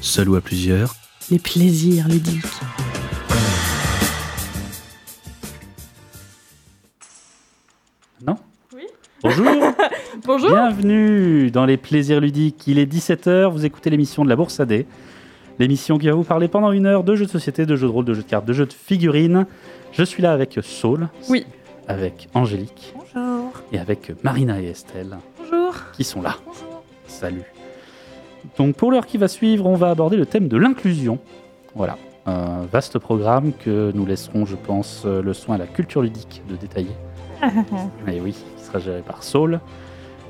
seul ou à plusieurs, les plaisirs ludiques. Non Oui. Bonjour Bonjour Bienvenue dans les plaisirs ludiques. Il est 17h, vous écoutez l'émission de la Bourse AD. L'émission qui va vous parler pendant une heure de jeux de société, de jeux de rôle, de jeux de cartes, de jeux de figurines. Je suis là avec Saul. Oui. Avec Angélique. Bonjour Et avec Marina et Estelle, Bonjour qui sont là. Bonjour Salut. Donc pour l'heure qui va suivre, on va aborder le thème de l'inclusion. Voilà, un vaste programme que nous laisserons, je pense, euh, le soin à la culture ludique de détailler. Et oui, qui sera géré par Saul.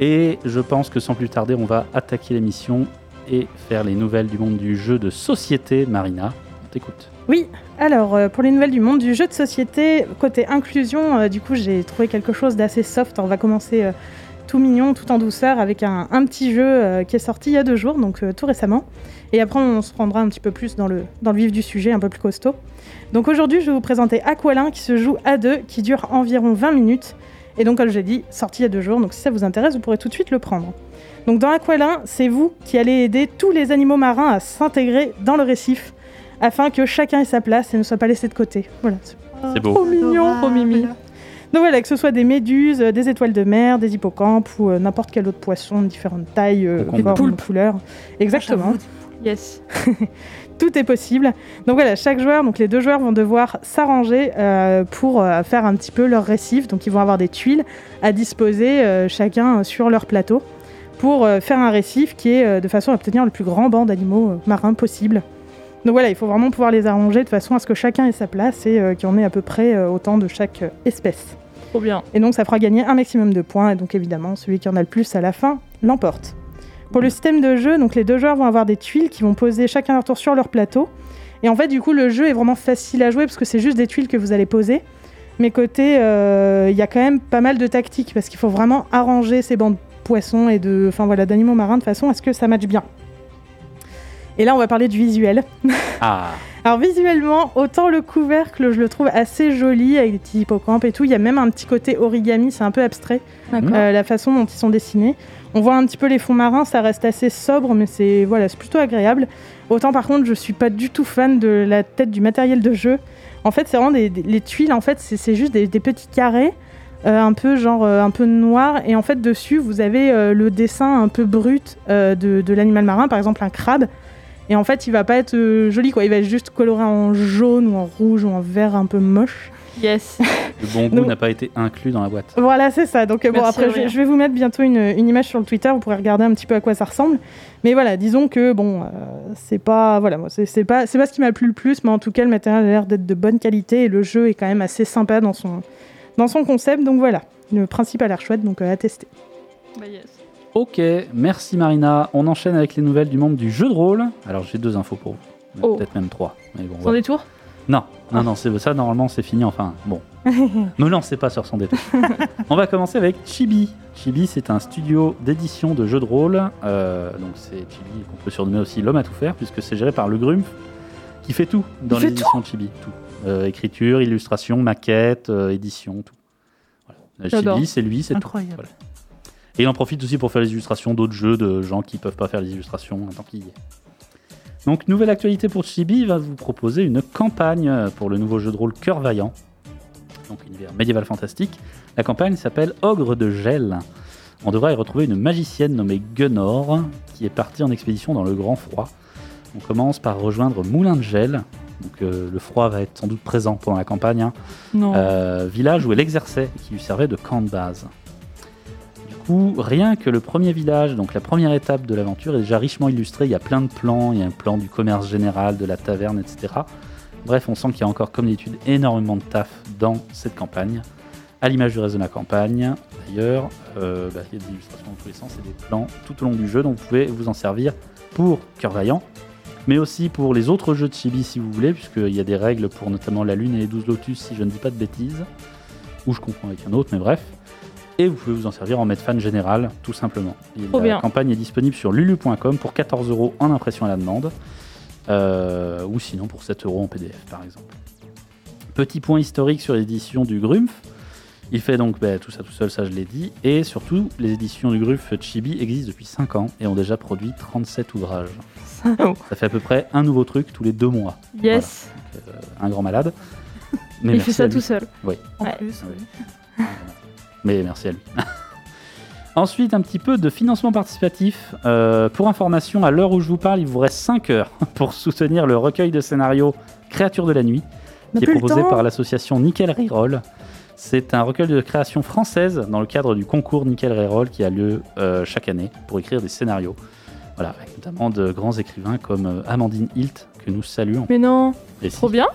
Et je pense que sans plus tarder, on va attaquer l'émission et faire les nouvelles du monde du jeu de société. Marina, on t'écoute. Oui, alors euh, pour les nouvelles du monde du jeu de société, côté inclusion, euh, du coup j'ai trouvé quelque chose d'assez soft. On va commencer euh, tout mignon, tout en douceur, avec un, un petit jeu euh, qui est sorti il y a deux jours, donc euh, tout récemment. Et après on se rendra un petit peu plus dans le, dans le vif du sujet, un peu plus costaud. Donc aujourd'hui je vais vous présenter Aqualin qui se joue à deux, qui dure environ 20 minutes. Et donc comme je l'ai dit, sorti il y a deux jours, donc si ça vous intéresse, vous pourrez tout de suite le prendre. Donc dans Aqualin, c'est vous qui allez aider tous les animaux marins à s'intégrer dans le récif afin que chacun ait sa place et ne soit pas laissé de côté. Voilà, c'est C'est beau. euh, trop mignon, trop mimi. Donc voilà, que ce soit des méduses, euh, des étoiles de mer, des hippocampes ou euh, n'importe quel autre poisson de différentes tailles, euh, Concombre. formes, Poulpe. couleurs. Exactement Yes tout est possible. Donc voilà, chaque joueur, donc les deux joueurs vont devoir s'arranger euh, pour euh, faire un petit peu leur récif. Donc ils vont avoir des tuiles à disposer euh, chacun sur leur plateau pour euh, faire un récif qui est euh, de façon à obtenir le plus grand banc d'animaux euh, marins possible. Donc voilà, il faut vraiment pouvoir les arranger de façon à ce que chacun ait sa place et euh, qu'il y en ait à peu près euh, autant de chaque euh, espèce. Trop bien Et donc ça fera gagner un maximum de points, et donc évidemment celui qui en a le plus à la fin l'emporte. Pour le système de jeu, donc les deux joueurs vont avoir des tuiles qui vont poser chacun leur tour sur leur plateau. Et en fait du coup le jeu est vraiment facile à jouer parce que c'est juste des tuiles que vous allez poser. Mais côté, euh, il y a quand même pas mal de tactiques parce qu'il faut vraiment arranger ces bandes de poissons et de, enfin voilà, d'animaux marins de façon à ce que ça matche bien. Et là on va parler du visuel. Ah, Alors visuellement, autant le couvercle, je le trouve assez joli avec des petits hippocampes et tout. Il y a même un petit côté origami, c'est un peu abstrait, D'accord. euh, la façon dont ils sont dessinés. On voit un petit peu les fonds marins, ça reste assez sobre, mais c'est voilà, c'est plutôt agréable. Autant par contre, je suis pas du tout fan de la tête du matériel de jeu. En fait, c'est vraiment des, des- les tuiles. En fait, c'est- c'est juste des, des petits carrés, euh, un peu genre euh, un peu noir, et en fait dessus vous avez euh, le dessin un peu brut euh, de, de l'animal marin, par exemple un crabe. Et en fait, il va pas être euh, joli quoi. Il va être juste coloré en jaune ou en rouge ou en vert un peu moche. Yes le bon goût Donc- n'a pas été inclus dans la boîte. Voilà, c'est ça. Donc euh, bon, Merci, après, je, Aurélien. je vais vous mettre bientôt une, une image sur le Twitter. Vous pourrez regarder un petit peu à quoi ça ressemble. Mais voilà, disons que bon, euh, c'est pas voilà, moi, c'est c'est pas c'est pas ce qui m'a plu le plus, mais en tout cas, le matériel a l'air d'être de bonne qualité et le jeu est quand même assez sympa dans son dans son concept. Donc voilà, le principe a l'air chouette, donc euh, à tester. Bah yes Ok, merci Marina. On enchaîne avec les nouvelles du monde du jeu de rôle. Alors j'ai deux infos pour vous. Oh. Peut-être même trois. Mais bon, Sans voilà. détour Non, non, non, c'est ça, normalement, c'est fini. Enfin, bon. Me lancez pas sur son détour. On va commencer avec Chibi. Chibi, c'est un studio d'édition de jeux de rôle. Euh, donc, c'est Chibi qu'on peut surnommer aussi l'homme à tout faire, puisque c'est géré par le Grumpf, qui fait tout dans Il fait les éditions de Chibi. Tout. Euh, écriture, illustration, maquette, euh, édition, tout. Voilà. Euh, J'adore. Chibi, c'est lui, c'est tout. Incroyable. Voilà. Et il en profite aussi pour faire les illustrations d'autres jeux de gens qui peuvent pas faire les illustrations, hein, tant qu'il y est. Donc, nouvelle actualité pour Chibi, il va vous proposer une campagne pour le nouveau jeu de rôle Cœur Vaillant. Donc, univers médiéval fantastique. La campagne s'appelle Ogre de gel. On devra y retrouver une magicienne nommée Gunnor, qui est partie en expédition dans le grand froid. On commence par rejoindre Moulin de Gel. Donc, euh, le froid va être sans doute présent pendant la campagne. hein. Non Euh, village où elle exerçait et qui lui servait de camp de base. Du coup, rien que le premier village, donc la première étape de l'aventure, est déjà richement illustrée. Il y a plein de plans, il y a un plan du commerce général, de la taverne, etc. Bref, on sent qu'il y a encore, comme d'habitude, énormément de taf dans cette campagne. À l'image du reste de la campagne, d'ailleurs, euh, bah, il y a des illustrations dans tous les sens et des plans tout au long du jeu, donc vous pouvez vous en servir pour Cœur Vaillant, mais aussi pour les autres jeux de Chibi si vous voulez, puisqu'il y a des règles pour notamment la Lune et les 12 Lotus, si je ne dis pas de bêtises, ou je comprends avec un autre, mais bref. Et vous pouvez vous en servir en fan général, tout simplement. Et Trop la bien. campagne est disponible sur lulu.com pour 14 euros en impression à la demande, euh, ou sinon pour 7 euros en PDF par exemple. Petit point historique sur l'édition du Grumpf. Il fait donc bah, tout ça tout seul, ça je l'ai dit. Et surtout, les éditions du Grumpf Chibi existent depuis 5 ans et ont déjà produit 37 ouvrages. Ça fait à peu près un nouveau truc tous les deux mois. Yes. Un grand malade. Mais Il merci fait ça à lui. tout seul. En Ouais. plus, oui. Mais merci à lui. Ensuite, un petit peu de financement participatif. Euh, pour information, à l'heure où je vous parle, il vous reste 5 heures pour soutenir le recueil de scénarios Créatures de la nuit, On n'a qui est plus le proposé temps. par l'association Nickel Reroll. C'est un recueil de création française dans le cadre du concours Nickel Reroll qui a lieu euh, chaque année pour écrire des scénarios. Voilà, avec notamment de grands écrivains comme euh, Amandine Hilt, que nous saluons. Mais non, Et trop si- bien.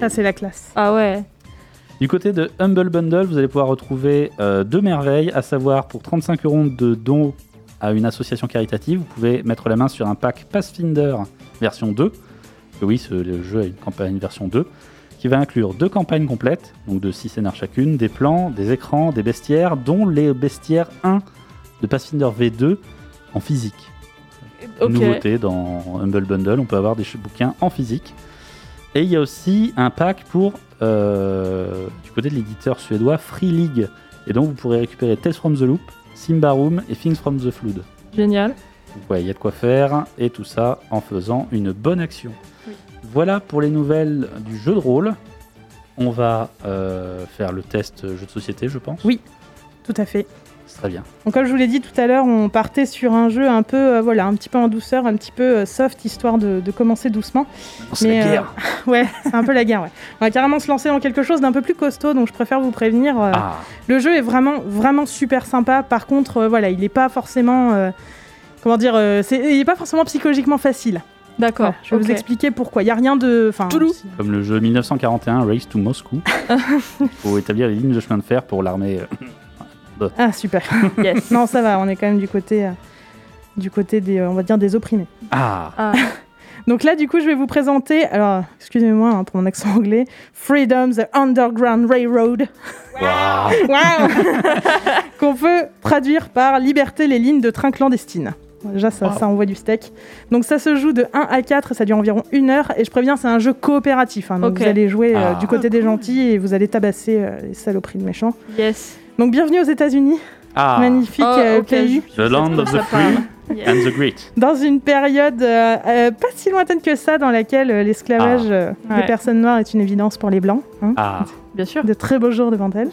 Ça, c'est la classe. Ah ouais. Du côté de Humble Bundle, vous allez pouvoir retrouver euh, deux merveilles, à savoir pour 35 euros de dons à une association caritative, vous pouvez mettre la main sur un pack Pathfinder version 2. Et oui, ce- le jeu a une campagne version 2 qui va inclure deux campagnes complètes, donc de 6 scénars chacune, des plans, des écrans, des bestiaires, dont les bestiaires 1 de Pathfinder V2 en physique Ok. nouveauté dans Humble Bundle. On peut avoir des ch- bouquins en physique. Et il y a aussi un pack pour, euh, du côté de l'éditeur suédois, Free League. Et donc vous pourrez récupérer Tales from the Loop, Simbarum et Things from the Flood. Génial. Donc ouais, il y a de quoi faire, et tout ça en faisant une bonne action. Oui. Voilà pour les nouvelles du jeu de rôle. On va euh, faire le test jeu de société, je pense. Oui. Tout à fait. C'est très bien. Donc, comme je vous l'ai dit tout à l'heure, on partait sur un jeu un peu, euh, voilà, un petit peu en douceur, un petit peu euh, soft, histoire de, de commencer doucement. C'est Mais, la euh, guerre. Ouais, c'est un peu la guerre, ouais. On va carrément se lancer dans quelque chose d'un peu plus costaud, donc je préfère vous prévenir. euh, Ah, Le jeu est vraiment, vraiment super sympa. Par contre, euh, voilà, il n'est pas forcément. euh, comment dire euh, c'est- Il n'est pas forcément psychologiquement facile. D'accord. Voilà, je vais ok. vous expliquer pourquoi. Il n'y a rien de. Enfin, Toulou. si- Comme le jeu 1941 Race to Moscou. Il faut établir les lignes de chemin de fer pour l'armée. euh, Ah, super. Yes. non, ça va, on est quand même du côté. euh, du côté des, euh, on va dire, des opprimés. Ah Ah, Donc là, du coup, je vais vous présenter, alors, excusez-moi hein, pour mon accent anglais, Freedom the Underground Railroad, Waouh Waouh qu'on peut traduire par Liberté les lignes de train clandestines. Déjà, ça, Wow. ça envoie du steak. Donc ça se joue de 1 à 4, ça dure environ une heure, et je préviens, c'est un jeu coopératif. hein, donc Ok. vous allez jouer euh, Ah. du côté des gentils et vous allez tabasser euh, les saloperies de méchants. yes. Donc bienvenue aux États-Unis, Ah magnifique Oh, euh, ok, pays. je- The land of the Ça parle. free Yes. and the great. dans une période euh, euh, pas si lointaine que ça dans laquelle euh, l'esclavage euh, des Ah. Ouais. personnes noires est une évidence pour les blancs. hein. Ah Bien sûr. De très beaux jours devant elles.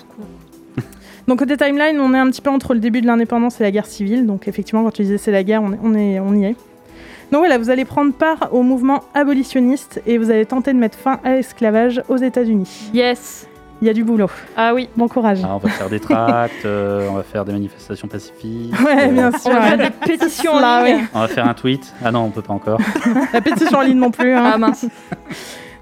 Donc côté timeline, on est un petit peu entre le début de l'indépendance et la guerre civile. Donc effectivement, quand tu disais c'est la guerre, on, est- on est, on y est. Donc voilà, vous allez prendre part au mouvement abolitionniste et vous allez tenter de mettre fin à l'esclavage aux États-Unis. Yes. Il y a du boulot. Ah oui. Bon courage. Ah, On va faire des tracts, euh, on va faire des manifestations pacifiques. Ouais, euh, bien sûr. Ah. On va faire ouais. des pétitions en Là, ligne. ouais. On va faire un tweet. Ah non, on peut pas encore. La pétition en ligne non plus. hein. Ah mince.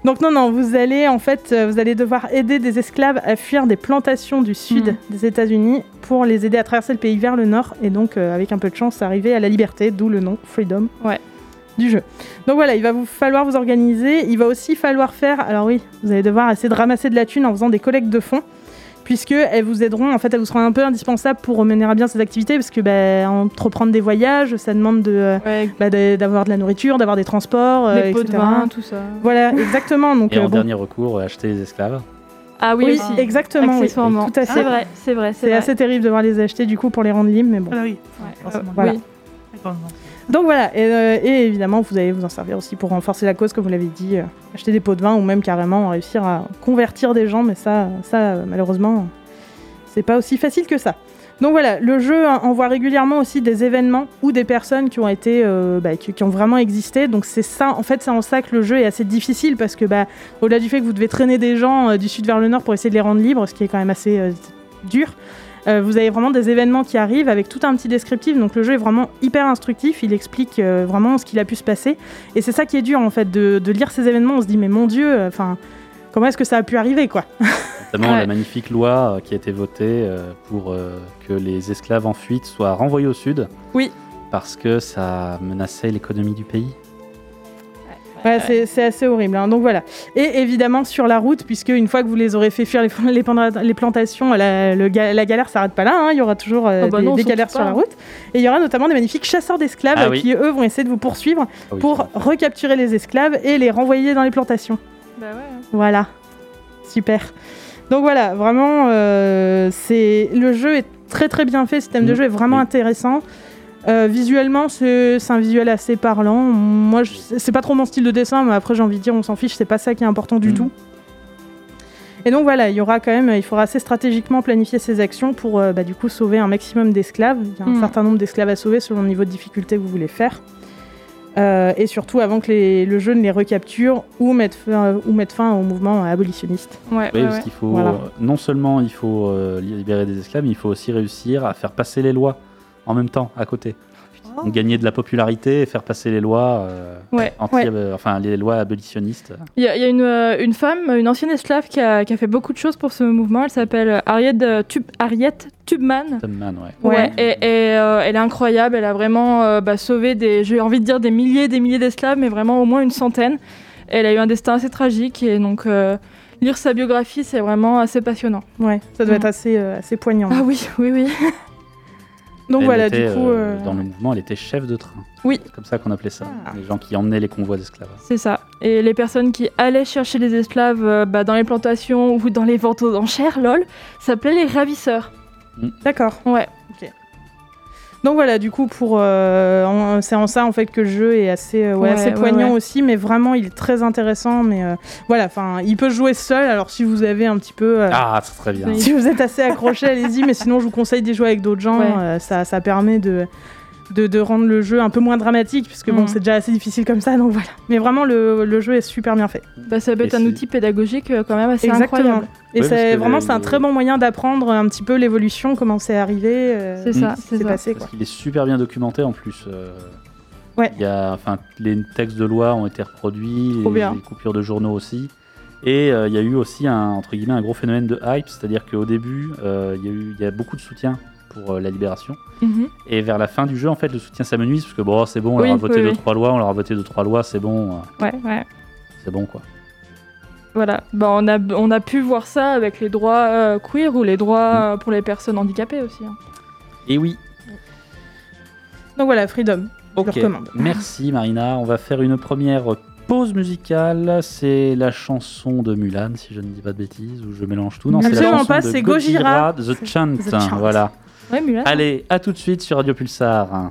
Donc non, non, vous allez en fait, euh, vous allez devoir aider des esclaves à fuir des plantations du sud Mhm. des États-Unis pour les aider à traverser le pays vers le nord et donc euh, avec un peu de chance arriver à la liberté, d'où le nom Freedom. Ouais. Du jeu. Donc voilà, il va vous falloir vous organiser. Il va aussi falloir faire. Alors oui, vous allez devoir essayer de ramasser de la thune en faisant des collectes de fonds, puisque elles vous aideront. En fait, elles vous seront un peu indispensables pour mener à bien ces activités, parce que bah, entreprendre des voyages, ça demande de, euh, Ouais. bah, de- d'avoir de la nourriture, d'avoir des transports, euh, Les pots de etc. vin, tout ça. Voilà, exactement. Donc Et en euh, bon. dernier recours, euh, acheter les esclaves. Ah oui, Oui, aussi. exactement. oui. Accessoirement. Ah, Tout à C'est fait. vrai, c'est vrai, c'est C'est vrai. assez terrible de devoir les acheter du coup pour les rendre libres, mais bon. Ah bah oui, Ouais. forcément. voilà. Oui. D'accord, non. Donc voilà, et, euh, et évidemment, vous allez vous en servir aussi pour renforcer la cause, comme vous l'avez dit, euh, acheter des pots de vin ou même carrément réussir à convertir des gens, mais ça, ça euh, malheureusement, euh, c'est pas aussi facile que ça. Donc voilà, le jeu hein, envoie régulièrement aussi des événements ou des personnes qui ont été, euh, bah, qui, qui ont vraiment existé. Donc c'est ça, en fait, c'est en ça que le jeu est assez difficile parce que, bah, au-delà du fait que vous devez traîner des gens euh, du sud vers le nord pour essayer de les rendre libres, ce qui est quand même assez euh, dur, Euh, vous avez vraiment des événements qui arrivent avec tout un petit descriptif. Donc le jeu est vraiment hyper instructif. Il explique euh, vraiment ce qu'il a pu se passer. Et c'est ça qui est dur en fait de, de lire ces événements. On se dit mais mon dieu, euh, enfin comment est-ce que ça a pu arriver quoi Notamment Ouais. la magnifique loi euh, qui a été votée euh, pour euh, que les esclaves en fuite soient renvoyés au sud. Oui. Parce que ça menaçait l'économie du pays. Ouais, Bah, c'est- c'est assez horrible. hein. Donc voilà. Et évidemment sur la route, puisque une fois que vous les aurez fait fuir les, les panda- les plantations, la, le ga- la galère s'arrête pas là. hein. Il y aura toujours euh, Ah bah des, non, des surtout galères sur pas. la route. Et il y aura notamment des magnifiques chasseurs d'esclaves Ah euh, oui. qui eux vont essayer de vous poursuivre Ah oui, pour recapturer les esclaves et les renvoyer dans les plantations. Bah ouais. Voilà. Super. Donc voilà, vraiment, euh, c'est le jeu est très très bien fait. Ce thème de Mhm. jeu est vraiment Oui. intéressant. Euh, visuellement, c'est c'est un visuel assez parlant. Moi, je- c'est pas trop mon style de dessin, mais après, j'ai envie de dire, on s'en fiche, c'est pas ça qui est important du Mhm. tout. Et donc voilà, il y aura quand même, il faudra assez stratégiquement planifier ses actions pour euh, bah, du coup sauver un maximum d'esclaves. Il y a un Mhm. certain nombre d'esclaves à sauver selon le niveau de difficulté que vous voulez faire. Euh, et surtout avant que les- le jeu ne les recapture ou mette fin, ou mette fin au mouvement abolitionniste. Ouais, Oui, ouais, parce ouais. qu'il faut Voilà. euh, non seulement il faut euh, libérer des esclaves, mais il faut aussi réussir à faire passer les lois en même temps à côté. Oh. Donc, gagner de la popularité et faire passer les lois euh, Ouais, anti, ouais. euh, enfin les lois abolitionnistes. Il y a, il y a une, euh, une femme, une ancienne esclave qui a, qui a fait beaucoup de choses pour ce mouvement. Elle s'appelle euh, Harriet, euh, Tub- Harriet Tubman. Tubman, ouais. Ouais. Ouais. Et, et, euh, elle est incroyable. Elle a vraiment euh, bah, sauvé des, j'ai envie de dire des milliers, et des milliers d'esclaves, mais vraiment au moins une centaine. Elle a eu un destin assez tragique et donc euh, lire sa biographie, c'est vraiment assez passionnant. Ouais, ça doit Mhm. être assez, euh, assez poignant. Ah oui, oui, oui. Donc Elle voilà, était, du coup. euh, euh, dans le mouvement, elle était chef de train. Oui. C'est comme ça qu'on appelait ça. Ah. Les gens qui emmenaient les convois d'esclaves. C'est ça. Et les personnes qui allaient chercher les esclaves euh, bah, dans les plantations ou dans les ventes aux enchères, lol, s'appelaient les ravisseurs. D'accord. Ouais. Ok. Donc voilà, du coup, pour euh, en- c'est en ça en fait que le jeu est assez, euh, ouais, Ouais, assez ouais, poignant ouais. aussi, mais vraiment il est très intéressant. Mais euh, voilà, enfin, il peut se jouer seul. Alors si vous avez un petit peu, euh, Ah, c'est très bien. Oui. si vous êtes assez accroché, allez-y. Mais sinon, je vous conseille d'y jouer avec d'autres gens. Ouais. euh, ça, ça permet de, de de rendre le jeu un peu moins dramatique, puisque bon, Mhm. c'est déjà assez difficile comme ça. Donc voilà. Mais vraiment, le, le jeu est super bien fait. Bah, ça peut Et être un c'est- outil pédagogique euh, quand même assez incroyable. Et Oui, parce c'est que vraiment le- c'est un le- très bon moyen d'apprendre un petit peu l'évolution, comment c'est arrivé, euh, C'est ce ça, qui c'est s'est ça. passé. Quoi. Parce qu'il est super bien documenté en plus. euh, Ouais. Il y a, enfin, les textes de loi ont été reproduits, Trop les, bien. les coupures de journaux aussi. Et euh, il y a eu aussi un, entre guillemets, un gros phénomène de hype, c'est-à-dire qu'au début, euh, il y, a eu, il y a beaucoup de soutien pour euh, la libération. Mhm. Et vers la fin du jeu, en fait, le soutien s'amenuise, parce que bon, c'est bon, on Oui, leur a voté oui, deux, oui. trois lois, on leur a voté deux, trois lois, c'est bon, euh, Ouais, ouais. c'est bon quoi. Voilà, bah, on, a, on a pu voir ça avec les droits euh, queer ou les Mm. droits euh, pour les personnes handicapées aussi. hein. Et oui, Donc voilà, Freedom. Je le recommande. Merci Marina. On va faire une première pause musicale. C'est la chanson de Mulan, si je ne dis pas de bêtises, ou je mélange tout. Non, c'est la Absolument chanson pas, de c'est Gojira, Gojira. The C'est- Chant. The Chant. Ah Voilà. Ouais, Mulan. Allez, à tout de suite sur Radio Pulsar.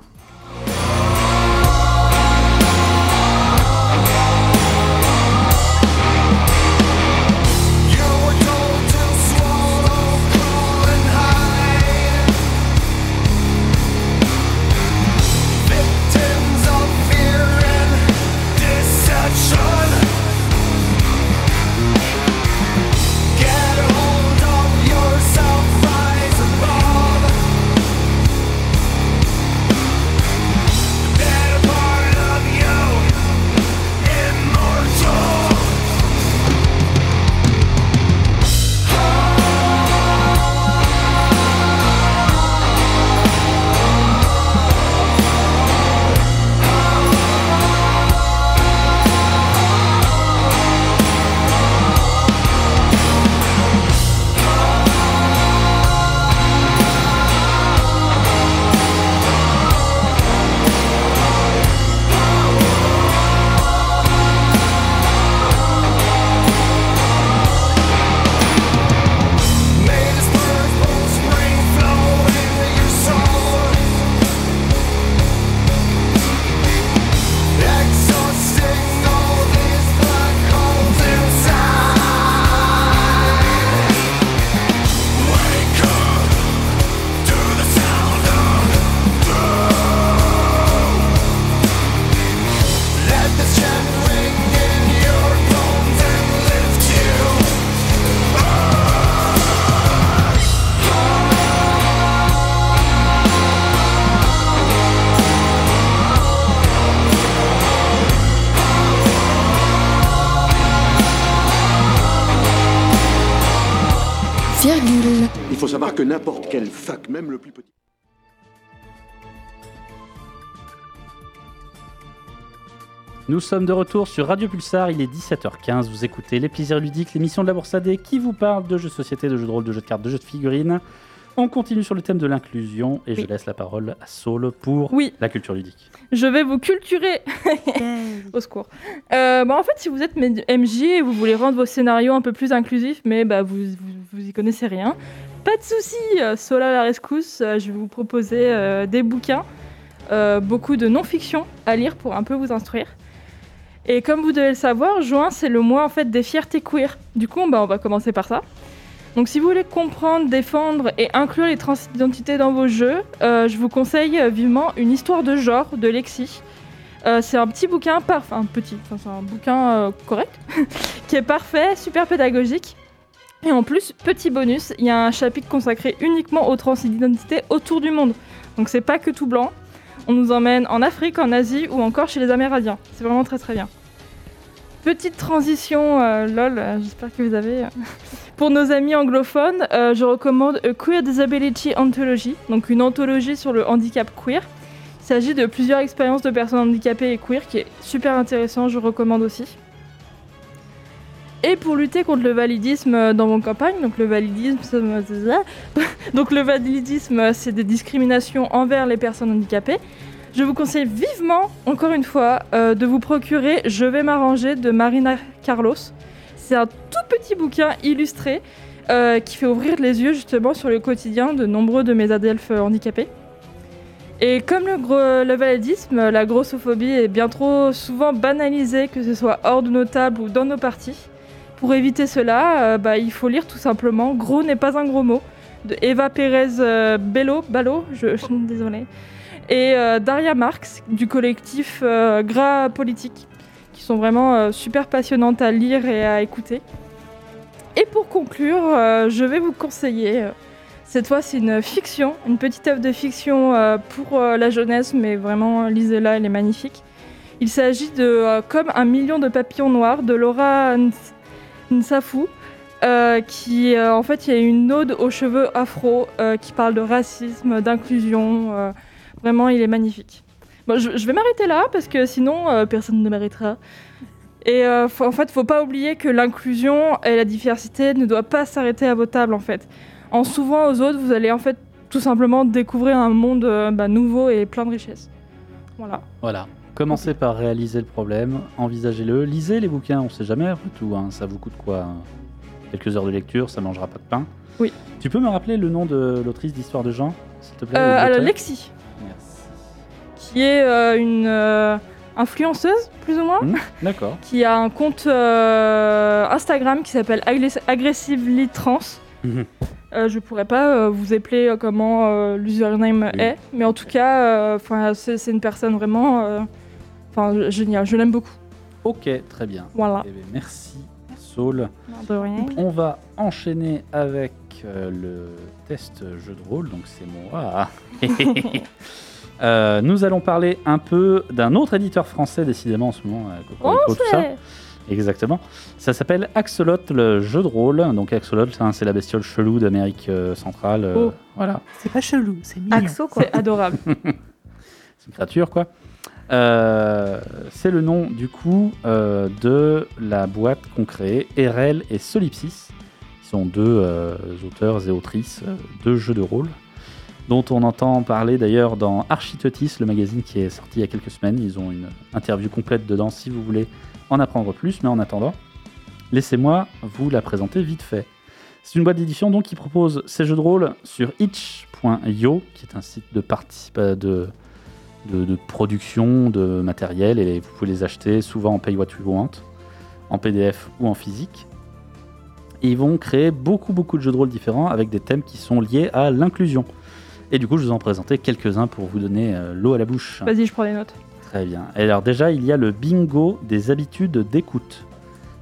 Immortal Exhausting all these black holes inside. Wake up to the sound of doom. Let the chant ring in your bones and lift you. Virgule. Il faut savoir que n'importe quelle fac, même le plus petit. Nous sommes de retour sur Radio Pulsar, il est 17h15, vous écoutez Les Plaisirs Ludiques, l'émission de la Bourse AD qui vous parle de jeux de société, de jeux de rôle, de jeux de cartes, de jeux de figurines. On continue sur le thème de l'inclusion et je Oui. laisse la parole à Saul pour Oui. la culture ludique. Je vais vous culturer Au secours. Euh, bah, en fait, si vous êtes med- MJ et vous voulez rendre vos scénarios un peu plus inclusifs, mais bah, vous, vous, vous y connaissez rien, pas de souci. euh, Sola à la rescousse, euh, je vais vous proposer euh, des bouquins euh, beaucoup de non-fiction à lire pour un peu vous instruire. Et comme vous devez le savoir, juin, c'est le mois en fait des fiertés queer. Du coup, bah, on va commencer par ça. Donc si vous voulez comprendre, défendre et inclure les transidentités dans vos jeux, euh, je vous conseille euh, vivement une histoire de genre de Lexi. Euh, c'est un petit bouquin, par... enfin petit, enfin, c'est un bouquin euh, correct, qui est parfait, super pédagogique. Et en plus, petit bonus, il y a un chapitre consacré uniquement aux transidentités autour du monde. Donc c'est pas que tout blanc. On nous emmène en Afrique, en Asie ou encore chez les Amérindiens. C'est vraiment très très bien. Petite transition, euh, lol, euh, j'espère que vous avez. euh, pour nos amis anglophones, euh, je recommande A Queer Disability Anthology, donc une anthologie sur le handicap queer. Il s'agit de plusieurs expériences de personnes handicapées et queer qui est super intéressant, je recommande aussi. Et pour lutter contre le validisme euh, dans mon campagne, donc le validisme, euh, ça me- donc le validisme, euh, c'est des discriminations envers les personnes handicapées. Je vous conseille vivement, encore une fois, euh, de vous procurer Je vais m'arranger de Marina Carlos. C'est un tout petit bouquin illustré euh, qui fait ouvrir les yeux justement sur le quotidien de nombreux de mes adelphes euh, handicapés. Et comme le, gro- le validisme, euh, la grossophobie est bien trop souvent banalisée, que ce soit hors de nos tables ou dans nos parties. Pour éviter cela, euh, bah, il faut lire tout simplement Gros n'est pas un gros mot de Eva Pérez euh, Bello, Ballo, je, je désolée, et euh, Daria Marx du collectif euh, Gras Politique, qui sont vraiment euh, super passionnantes à lire et à écouter. Et pour conclure, euh, je vais vous conseiller, euh, cette fois c'est une fiction, une petite œuvre de fiction euh, pour euh, la jeunesse, mais vraiment lisez-la, elle est magnifique. Il s'agit de euh, Comme un million de papillons noirs de Laura Ns- Nsafou, euh, qui euh, en fait il y a une ode aux cheveux afro euh, qui parle de racisme, d'inclusion. euh, vraiment, il est magnifique. Bon, je, je vais m'arrêter là parce que sinon euh, personne ne m'arrêtera. Et euh, faut- en fait, faut pas oublier que l'inclusion et la diversité ne doivent pas s'arrêter à vos tables en fait. En s'ouvrant aux autres, vous allez en fait tout simplement découvrir un monde euh, bah, nouveau et plein de richesses. Voilà. Voilà. Commencez par réaliser le problème, envisagez-le, lisez les bouquins, on sait jamais après tout, hein, ça vous coûte quoi hein Quelques heures de lecture, ça mangera pas de pain. Oui. Tu peux me rappeler le nom de l'autrice d'histoire de Jean, s'il te plaît Euh, ou de alors l'auteur Lexi, Merci. qui est euh, une euh, influenceuse plus ou moins. Hmm, D'accord. qui a un compte euh, Instagram qui s'appelle Agles- Aggressively Trans. Mhm. Euh, je pourrais pas euh, vous épeler euh, comment euh, l'username Oui. est, mais en tout cas, euh, 'fin, c'est c'est une personne vraiment euh, 'fin, g- géniale. Je l'aime beaucoup. Ok, très bien. Voilà. Eh bien, merci, Saul. De rien. On va enchaîner avec euh, le test jeu de rôle, donc c'est moi. Euh, nous allons parler un peu d'un autre éditeur français, décidément en ce moment. euh, Oh, Cocorico, tout ça. Exactement. Ça s'appelle Axolot, le jeu de rôle. Donc Axolot, hein, c'est la bestiole chelou d'Amérique euh, centrale. euh, Oh. Voilà, C'est pas chelou, c'est mignon. Axo, quoi. C'est adorable. c'est une créature quoi. Euh, c'est le nom du coup euh, de la boîte qu'on crée, Erel et Solipsis, qui sont deux euh, auteurs et autrices euh, de jeux de rôle, dont on entend parler d'ailleurs dans Architeutis, le magazine qui est sorti il y a quelques semaines. Ils ont une interview complète dedans si vous voulez en apprendre plus, mais en attendant, laissez-moi vous la présenter vite fait. C'est une boîte d'édition donc qui propose ses jeux de rôle sur itch.io, qui est un site de, participa- de, de, de production de matériel et vous pouvez les acheter souvent en pay what you want, en PDF ou en physique. Et ils vont créer beaucoup beaucoup de jeux de rôle différents avec des thèmes qui sont liés à l'inclusion. Et du coup, je vous en présentais quelques-uns pour vous donner euh, l'eau à la bouche. Vas-y, je prends des notes. Très bien. Et alors déjà, il y a le bingo des habitudes d'écoute.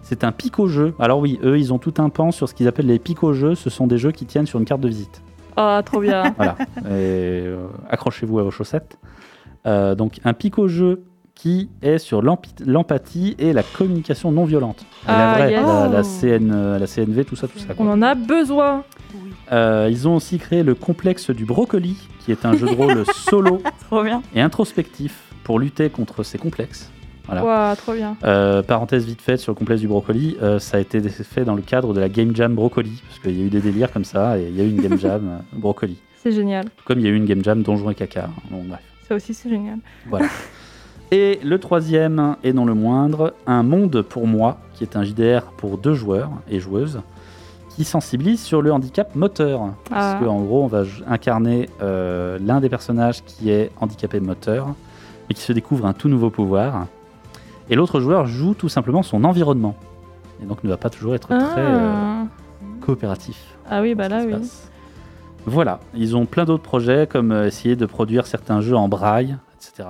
C'est un pico-jeu. Alors oui, eux, ils ont tout un pan sur ce qu'ils appellent les pico-jeux. Ce sont des jeux qui tiennent sur une carte de visite. Ah, trop bien. Voilà. Et, euh, accrochez-vous à vos chaussettes. Euh, donc, un pico-jeu qui est sur l'empi- l'empathie et la communication non violente. À la Ah, vraie, yes. la, la Oh. CN, euh, la CNV, tout ça, tout ça. quoi. On en a besoin. Euh, ils ont aussi créé le complexe du brocoli, qui est un jeu de rôle solo Trop bien. et introspectif pour lutter contre ces complexes. Voilà. Ouah, trop bien. Euh, parenthèse vite faite sur le complexe du brocoli, euh, ça a été fait dans le cadre de la Game Jam Brocoli, parce qu'il y a eu des délires comme ça, et il y a eu une Game Jam euh, Brocoli. C'est génial. Tout comme il y a eu une Game Jam Donjon et Caca. hein. Bon, bref. Ça aussi, c'est génial. Voilà. Et le troisième, et non le moindre, Un Monde pour moi, qui est un JDR pour deux joueurs et joueuses, qui sensibilise sur le handicap moteur. Ah. Parce qu'en gros, on va j- incarner euh, l'un des personnages qui est handicapé moteur, mais qui se découvre un tout nouveau pouvoir. Et l'autre joueur joue tout simplement son environnement. Et donc ne va pas toujours être Ah. très euh, coopératif. Ah oui, bah dans là, ce qui se oui. passe. Voilà, ils ont plein d'autres projets comme euh, essayer de produire certains jeux en braille, etc.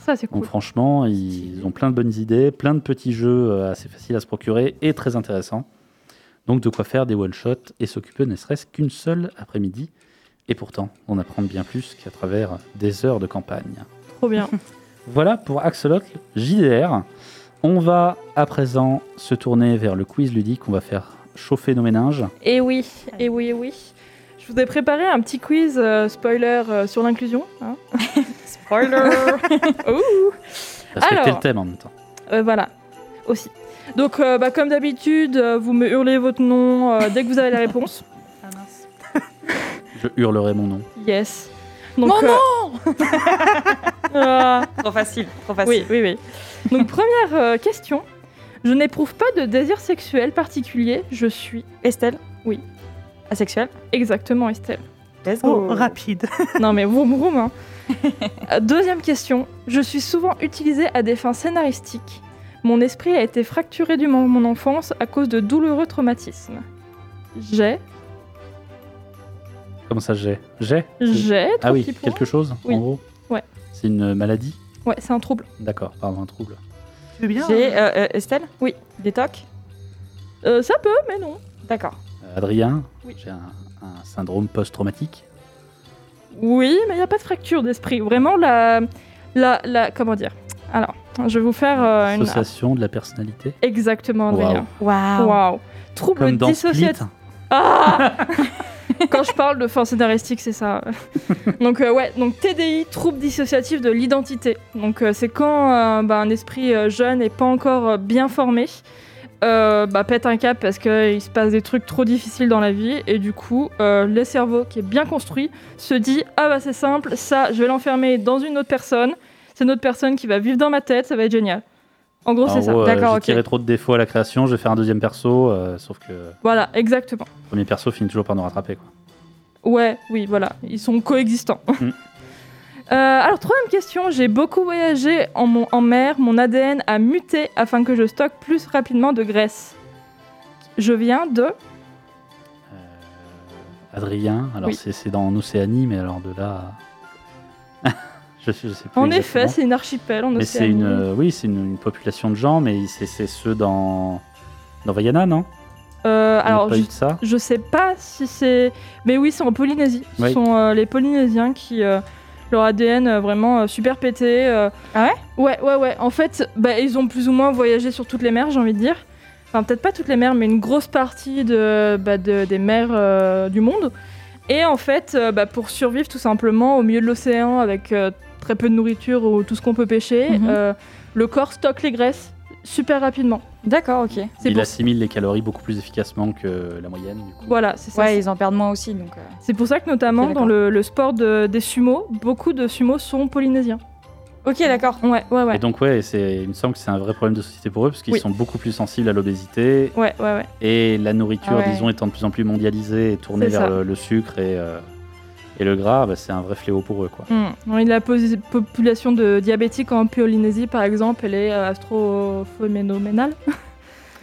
Ça, c'est Donc cool. franchement, ils ont plein de bonnes idées, plein de petits jeux euh, assez faciles à se procurer et très intéressants. Donc de quoi faire des one-shots et s'occuper ne serait-ce qu'une seule après-midi. Et pourtant, on apprend bien plus qu'à travers des heures de campagne. Trop bien. Voilà pour Axolotl JDR. On va à présent se tourner vers le quiz ludique. On va faire chauffer nos méninges. Et Eh oui, et oui, et oui. Je vous ai préparé un petit quiz euh, spoiler euh, sur l'inclusion. hein. spoiler Ouh. Respecter Alors. le thème en même temps. Euh, Voilà, aussi. Donc, euh, bah, comme d'habitude, euh, vous me hurlez votre nom euh, dès que vous avez la réponse. Je hurlerai mon nom. Yes. Donc, euh, Mon nom Ah, Trop facile, trop oui, facile. oui, oui. Donc, première euh, question. Je n'éprouve pas de désir sexuel particulier. Je suis Estelle Oui. Asexuelle exactement Estelle. Let's Oh, go. rapide. Non mais vroom vroom. hein. Euh, Deuxième question. Je suis souvent utilisée à des fins scénaristiques. Mon esprit a été fracturé durant mon enfance à cause de douloureux traumatismes. J'ai, Comment ça j'ai J'ai j'ai, trois Ah oui, petits points. quelque chose Oui. en gros Ouais. C'est une maladie Ouais, c'est un trouble. D'accord, pardon, un trouble. Tu veux bien J'ai euh, euh, Estelle Oui. Des tocs Euh, ça peut, mais non. D'accord. Euh, Adrien, Oui. j'ai un, un syndrome post-traumatique. Oui, mais il n'y a pas de fracture d'esprit. Vraiment, la, la, la- comment dire Alors, je vais vous faire euh, une... Association de la personnalité. Exactement, Adrien. Waouh. Waouh. Trouble Comme dans Split. dissociatif. Ah Quand je parle de fin scénaristique, c'est ça. donc euh, ouais, donc TDI, trouble dissociatif de l'identité. Donc euh, c'est quand euh, bah, un esprit euh, jeune et pas encore euh, bien formé euh, bah, pète un cap parce qu'il se passe des trucs trop difficiles dans la vie et du coup euh, le cerveau qui est bien construit se dit ah bah c'est simple, ça je vais l'enfermer dans une autre personne, c'est une autre personne qui va vivre dans ma tête, ça va être génial. En gros En Oh, c'est ça. gros, euh, D'accord, j'ai ok. tiré trop de défauts à la création, je vais faire un deuxième perso, euh, sauf que le Voilà, exactement. premier perso finit toujours par nous rattraper. Quoi. Ouais, oui, voilà, ils sont coexistants. Mm. Euh, alors, troisième question, j'ai beaucoup voyagé en, mon, en mer, mon ADN a muté afin que je stocke plus rapidement de graisse. Je viens de... Euh, Adrien, alors Oui. c'est c'est dans Océanie, mais alors de là. à- je, sais- je sais plus. En exactement. effet, c'est une archipel en Mais c'est Océanie. une, euh, oui, c'est une, une population de gens, mais c'est c'est ceux dans dans Vaiana, non Euh, On n'a alors, pas je, eu de ça. je sais pas si c'est... Mais oui, c'est en Polynésie. Ce Oui. sont euh, les Polynésiens qui... euh, leur ADN euh, vraiment euh, super pété. euh. Ah Ouais, ouais, ouais. En fait, bah, ils ont plus ou moins voyagé sur toutes les mers, j'ai envie de dire. Enfin, peut-être pas toutes les mers, mais une grosse partie de, bah, de- des mers euh, du monde. Et en fait, euh, bah, pour survivre tout simplement au milieu de l'océan avec euh, très peu de nourriture ou tout ce qu'on peut pêcher, Mhm. euh, le corps stocke les graisses super rapidement. D'accord, ok. C'est Il pour... assimile les calories beaucoup plus efficacement que la moyenne. Du coup. Voilà, c'est ça. Ouais, ils en perdent moins aussi, donc. euh, C'est pour ça que notamment Ok, dans d'accord. le, le sport de- des sumo, beaucoup de sumo sont polynésiens. Ok, d'accord. Ouais, ouais, ouais. Et donc ouais, c'est, il me semble que c'est un vrai problème de société pour eux parce qu'ils Oui. sont beaucoup plus sensibles à l'obésité Ouais, ouais, ouais. et la nourriture, Ah ouais. disons, étant de plus en plus mondialisée et tournée C'est vers ça. le, le sucre et, euh, et le gras, bah, c'est un vrai fléau pour eux quoi. Hmm. Mm. Oui, La posi- population de diabétiques en Polynésie, par exemple, elle est euh, astrophénoménale.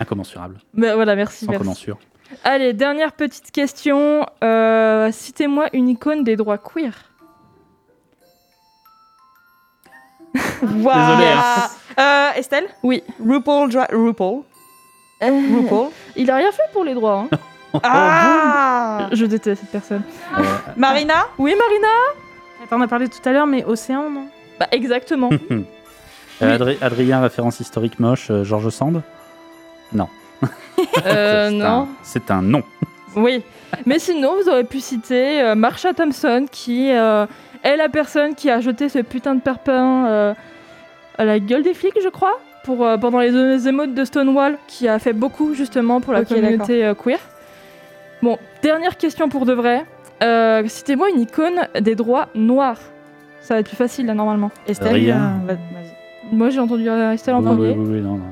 Incommensurable, Ben voilà, merci. sans merci. commensure. Allez, dernière petite question. Euh, Citez-moi une icône des droits queer. Désolé, hein. Euh, Estelle Oui. RuPaul. Dra- RuPaul. Euh. RuPaul. Il a rien fait pour les droits. hein. ah Je déteste cette personne. Euh, Oh, Marina Oui, Marina Attends, on a parlé tout à l'heure, mais Océan, non Bah, exactement. euh, Adri- Adrien, référence historique moche, euh, Georges Sand. euh, C'est non. un- c'est un nom. Oui, mais sinon, vous aurez pu citer euh, Marsha Thompson, qui euh, est la personne qui a jeté ce putain de perpin euh, à la gueule des flics, je crois, pour, euh, pendant les, les émeutes de Stonewall, qui a fait beaucoup justement pour la Ok, communauté euh, queer. Bon, dernière question pour de vrai. Euh, Citez-moi une icône des droits noirs. Ça va être plus facile là normalement. Estelle Rien. euh, va- vas-y. Moi j'ai entendu euh, Estelle en Oui, oui, premier. oui, Ah, oui, non, non.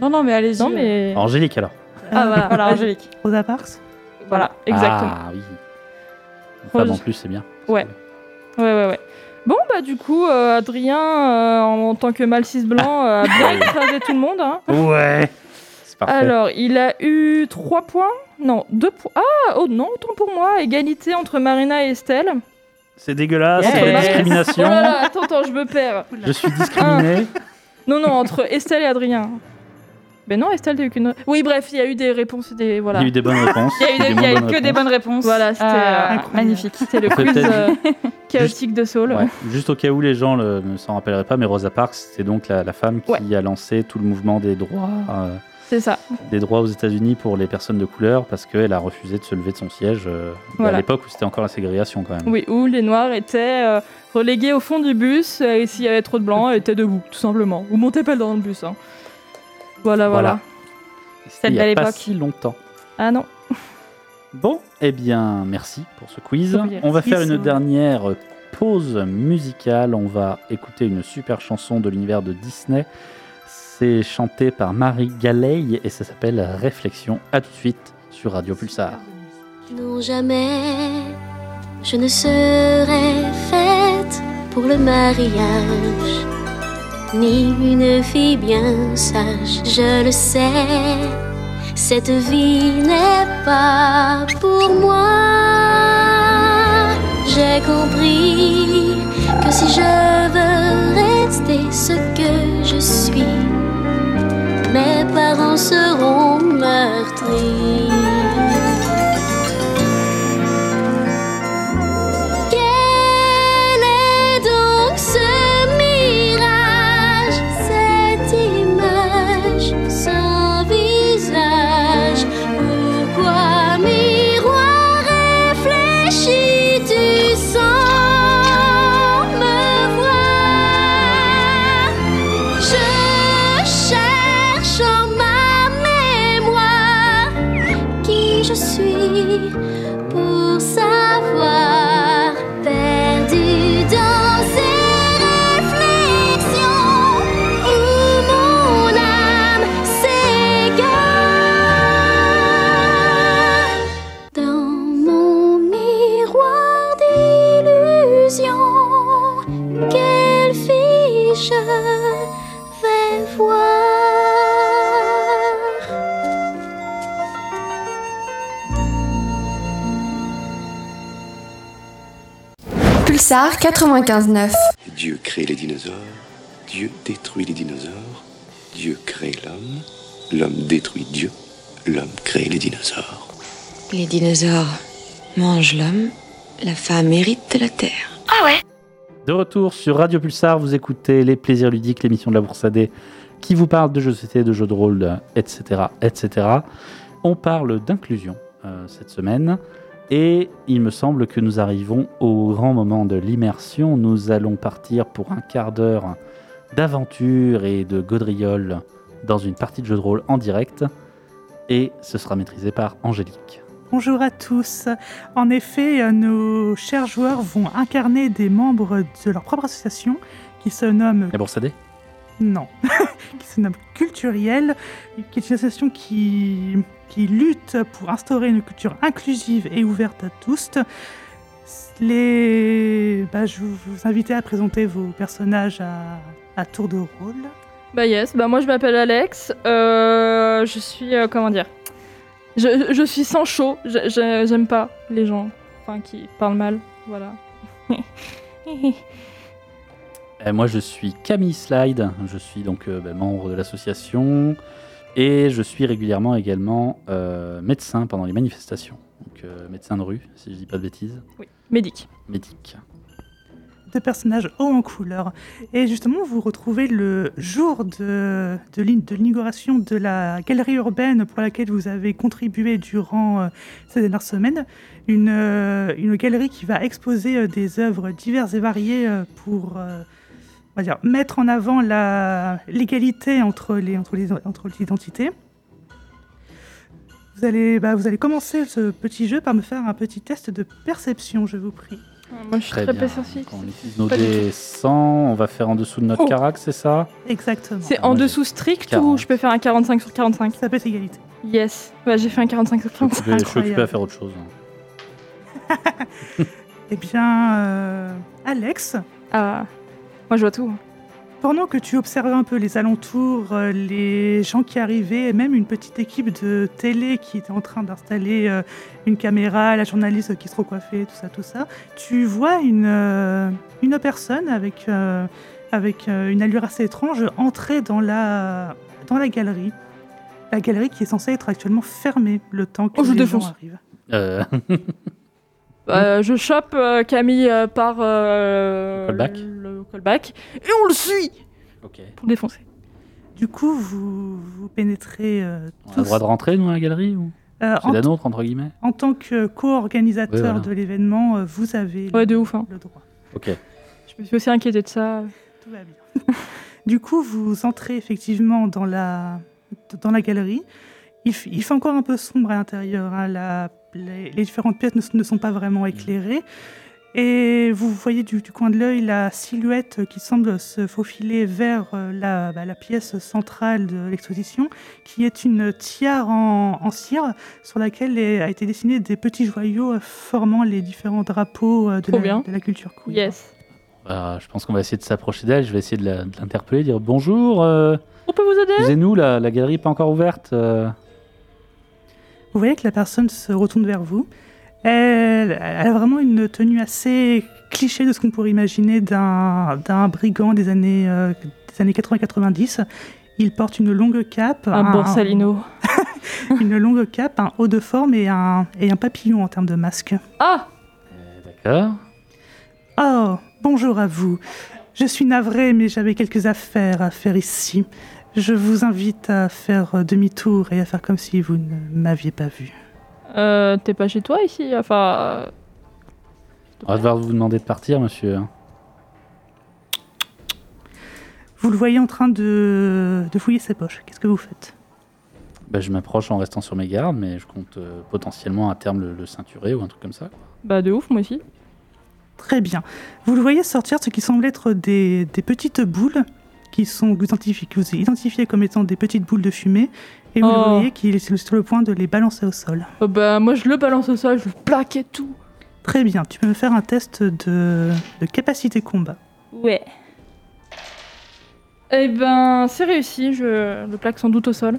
Non, non, mais allez-y. Non mais. Angélique alors. Ah voilà. Voilà, Angélique. Rosa Parks Voilà, exactement. Ah oui. Une femme en Rose. plus, c'est bien. Ouais. Ouais, ouais, ouais. Bon, bah, du coup, euh, Adrien, euh, en tant que Malsis blanc, euh, a bien écrasé tout le monde. hein. Ouais. C'est Ah. parfait. Alors, il a eu 3 points. Non, 2 points. Ah, oh non, autant pour moi. Égalité entre Marina et Estelle. C'est dégueulasse, c'est de la Yes. Oh discrimination. là là, attends, attends, je me perds. Je suis discriminé. Ah, Non, non, entre Estelle et Adrien. Ben non, Estelle, t'as eu qu'une. Oui, bref, il y a eu des réponses. Des... Voilà. Il y a eu des bonnes réponses. Il y a eu, des- il y a eu que des bonnes réponses. Voilà, c'était, euh, magnifique. C'était le Peut-être- quiz euh, chaotique de Saul. Ouais. Juste au cas où les gens le- ne s'en rappelleraient pas, mais Rosa Parks, c'est donc la, la femme qui a lancé tout le mouvement des droits, euh, C'est ça. des droits aux États-Unis pour les personnes de couleur parce qu'elle a refusé de se lever de son siège euh, Voilà. à l'époque où c'était encore la ségrégation quand même. Oui, où les noirs étaient euh, relégués au fond du bus euh, et s'il y avait trop de blancs, ils étaient debout, tout simplement. Ou montaient pas dans le bus. hein. Voilà, voilà, Voilà. C'était il y a belle pas époque. si longtemps. Ah non. Bon, eh bien, merci pour ce quiz. Oubliez On va rien. faire Ils une sont- dernière pause musicale. On va écouter une super chanson de l'univers de Disney. C'est chanté par Marie Galay et ça s'appelle Réflexion. À tout de suite sur Radio Pulsar. Non, jamais je ne serai faite pour le mariage, ni une fille bien sage, je le sais. Cette vie n'est pas pour moi. J'ai compris que si je veux rester ce que je suis, mes parents seront meurtris. Quel est donc ce mirage, cette image sans visage Pourquoi miroir réfléchis tu sans me voir Je cherche en ma mémoire qui je suis pour savoir perdu dans ses réflexions où mon âme s'égare dans mon miroir d'illusion quelle fille je vais voir Pulsar 95.9. Dieu crée les dinosaures, Dieu détruit les dinosaures, Dieu crée l'homme, l'homme détruit Dieu, l'homme crée les dinosaures. Les dinosaures mangent l'homme, la femme hérite de la terre. De retour sur Radio Pulsar, vous écoutez Les Plaisirs Ludiques, l'émission de la Bourse AD qui vous parle de jeux de société, de jeux de rôle, de- etc. etc. On parle d'inclusion euh, cette semaine et il me semble que nous arrivons au grand moment de l'immersion. Nous allons partir pour un quart d'heure d'aventure et de gaudriole dans une partie de jeu de rôle en direct et ce sera maîtrisé par Angélique. Bonjour à tous. En effet, euh, nos chers joueurs vont incarner des membres de leur propre association qui se nomme La Bourse AD non, qui se nomme Culturiel, qui est une association qui, qui lutte pour instaurer une culture inclusive et ouverte à tous. Les, bah, je vous vous invite à présenter vos personnages à, à tour de rôle. Bah yes, bah moi je m'appelle Alex, euh, je suis, euh, comment dire, je, je suis sans chaud, Je- je- j'aime pas les gens enfin, qui parlent mal, voilà. Euh, moi, je suis Camille Slide. Je suis donc euh, bah, membre de l'association et je suis régulièrement également euh, médecin pendant les manifestations. Donc euh, médecin de rue, si je dis pas de bêtises, oui, médic. médic. de personnages hauts en couleur. Et justement, vous retrouvez le jour de, de l'in- de l'inauguration de la galerie urbaine pour laquelle vous avez contribué durant euh, ces dernières semaines. Une, euh, une galerie qui va exposer euh, des œuvres diverses et variées euh, pour euh, on va dire, mettre en avant la- l'égalité entre les, entre, les, entre les identités. Vous allez, bah, vous allez commencer ce petit jeu par me faire un petit test de perception, je vous prie. Moi je suis très, perceptive. On utilise nos Pas du dés 100, on va faire en dessous de notre Oh. carac, c'est ça Exactement. C'est Ah, en moi, j'ai dessous strict 40. ou je peux faire un 45 sur 45 Ça peut être égalité. Yes, bah, j'ai fait un 45 sur Je 35. suis occupé à faire autre chose. hein. Eh bien, euh, Alex. Ah. moi, je vois tout. Pendant que tu observes un peu les alentours, euh, les gens qui arrivaient, et même une petite équipe de télé qui était en train d'installer euh, une caméra, la journaliste qui se recoiffait, tout ça, tout ça, tu vois une, euh, une personne avec, euh, avec euh, une allure assez étrange entrer dans la, dans la galerie. La galerie qui est censée être actuellement fermée le temps que Oh, je les gens défonce. arrivent. Euh, Euh, je chope euh, Camille euh, par euh, Callback. le le callback et on le suit ok. pour le défoncer. Du coup, vous, vous pénétrez euh, On a tous le droit de rentrer dans la galerie ou... Euh, C'est en, la nôtre, entre guillemets en tant que co-organisateur Ouais, voilà. de l'événement, euh, vous avez le- Ouais, de ouf. hein. le droit. Ok. Je me suis aussi inquiétée de ça. Tout va bien. du coup, vous entrez effectivement dans la, dans la galerie. Il, f- il fait encore un peu sombre à l'intérieur. hein. La- les, les différentes pièces ne, s- ne sont pas vraiment éclairées. Et vous voyez du, du coin de l'œil la silhouette qui semble se faufiler vers euh, la, bah, la pièce centrale de l'exposition, qui est une tiare en, en cire sur laquelle est- a été dessiné des petits joyaux euh, formant les différents drapeaux euh, de, Trop la, bien. de la culture queer. Yes. Bah, je pense qu'on va essayer de s'approcher d'elle. Je vais essayer de la- de l'interpeller, dire bonjour. euh, On peut vous aider Excusez-nous, la, la galerie n'est pas encore ouverte. euh. Vous voyez que la personne se retourne vers vous. Elle, elle a vraiment une tenue assez cliché de ce qu'on pourrait imaginer d'un d'un brigand des années, euh, des années 80-90. Il porte une longue cape, Un borsalino. une longue cape, un haut de forme et un, et un papillon en termes de masque. Ah Euh, D'accord. Oh, bonjour à vous. Je suis navrée, mais j'avais quelques affaires à faire ici. Je vous invite à faire euh, demi-tour et à faire comme si vous ne m'aviez pas vu. euh, T'es pas chez toi ici Enfin. euh, On va devoir vous demander de partir, monsieur. hein. Vous le voyez en train de, de fouiller ses poches. Qu'est-ce que vous faites Bah, je m'approche en restant sur mes gardes, mais je compte euh, potentiellement à terme le, le ceinturer ou un truc comme ça. quoi. Bah, de ouf, moi aussi. Très bien. Vous le voyez sortir ce qui semble être des, des petites boules qui sont identifiées, que vous identifiez comme étant des petites boules de fumée. Et vous le Oh. voyez qu'il est sur le point de les balancer au sol. Euh, bah, moi, je le balance au sol, je le plaque et tout. Très bien. Tu peux me faire un test de, de capacité combat. Ouais. Eh ben, c'est réussi, je le plaque sans doute au sol.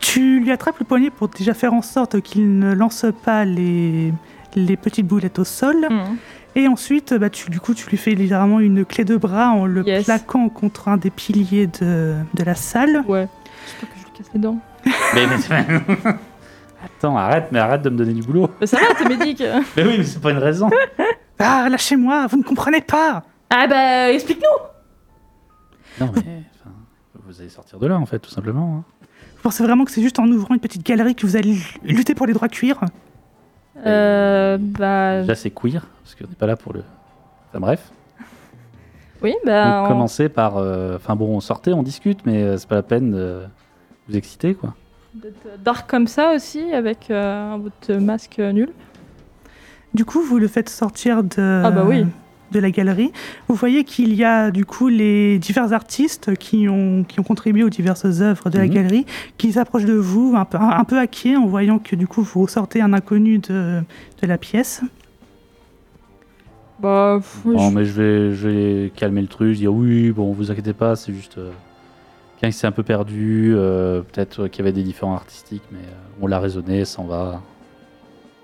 Tu lui attrapes le poignet pour déjà faire en sorte qu'il ne lance pas les, les petites boulettes au sol. Mhm. Et ensuite, bah, tu, du coup, tu lui fais littéralement une clé de bras en le Yes. plaquant contre un des piliers de, de la salle. Ouais. J'espère que je lui casse les dents. Mais, mais- Attends, arrête, mais arrête de me donner du boulot. Bah, ça va, t'es médic Mais oui, mais c'est pas une raison. Ah, lâchez-moi, vous ne comprenez pas Ah bah, explique-nous Non, mais enfin, vous allez sortir de là, en fait, tout simplement. hein. Vous pensez vraiment que c'est juste en ouvrant une petite galerie que vous allez lutter pour les droits cuir Euh, bah... Déjà, c'est queer, parce qu'on n'est pas là pour le. Enfin, bref. Oui, bah... Donc, on- commencez par. euh, Enfin, bon, on sortait, on discute, mais euh, c'est pas la peine de vous exciter, quoi. d'être dark comme ça aussi, avec euh, votre masque euh, nul. Du coup, vous le faites sortir de, Ah bah oui. de la galerie. Vous voyez qu'il y a du coup les divers artistes qui ont, qui ont contribué aux diverses œuvres de la Mhm. galerie, qui s'approchent de vous, un peu, un, un peu inquiets en voyant que du coup vous sortez un inconnu de, de la pièce. Bah, pff, Bon, je- mais je vais, je vais calmer le truc, dire oui, bon, vous inquiétez pas, c'est juste euh, quelqu'un qui s'est un peu perdu, euh, peut-être euh, qu'il y avait des différents artistiques, mais euh, on l'a raisonné, ça en va.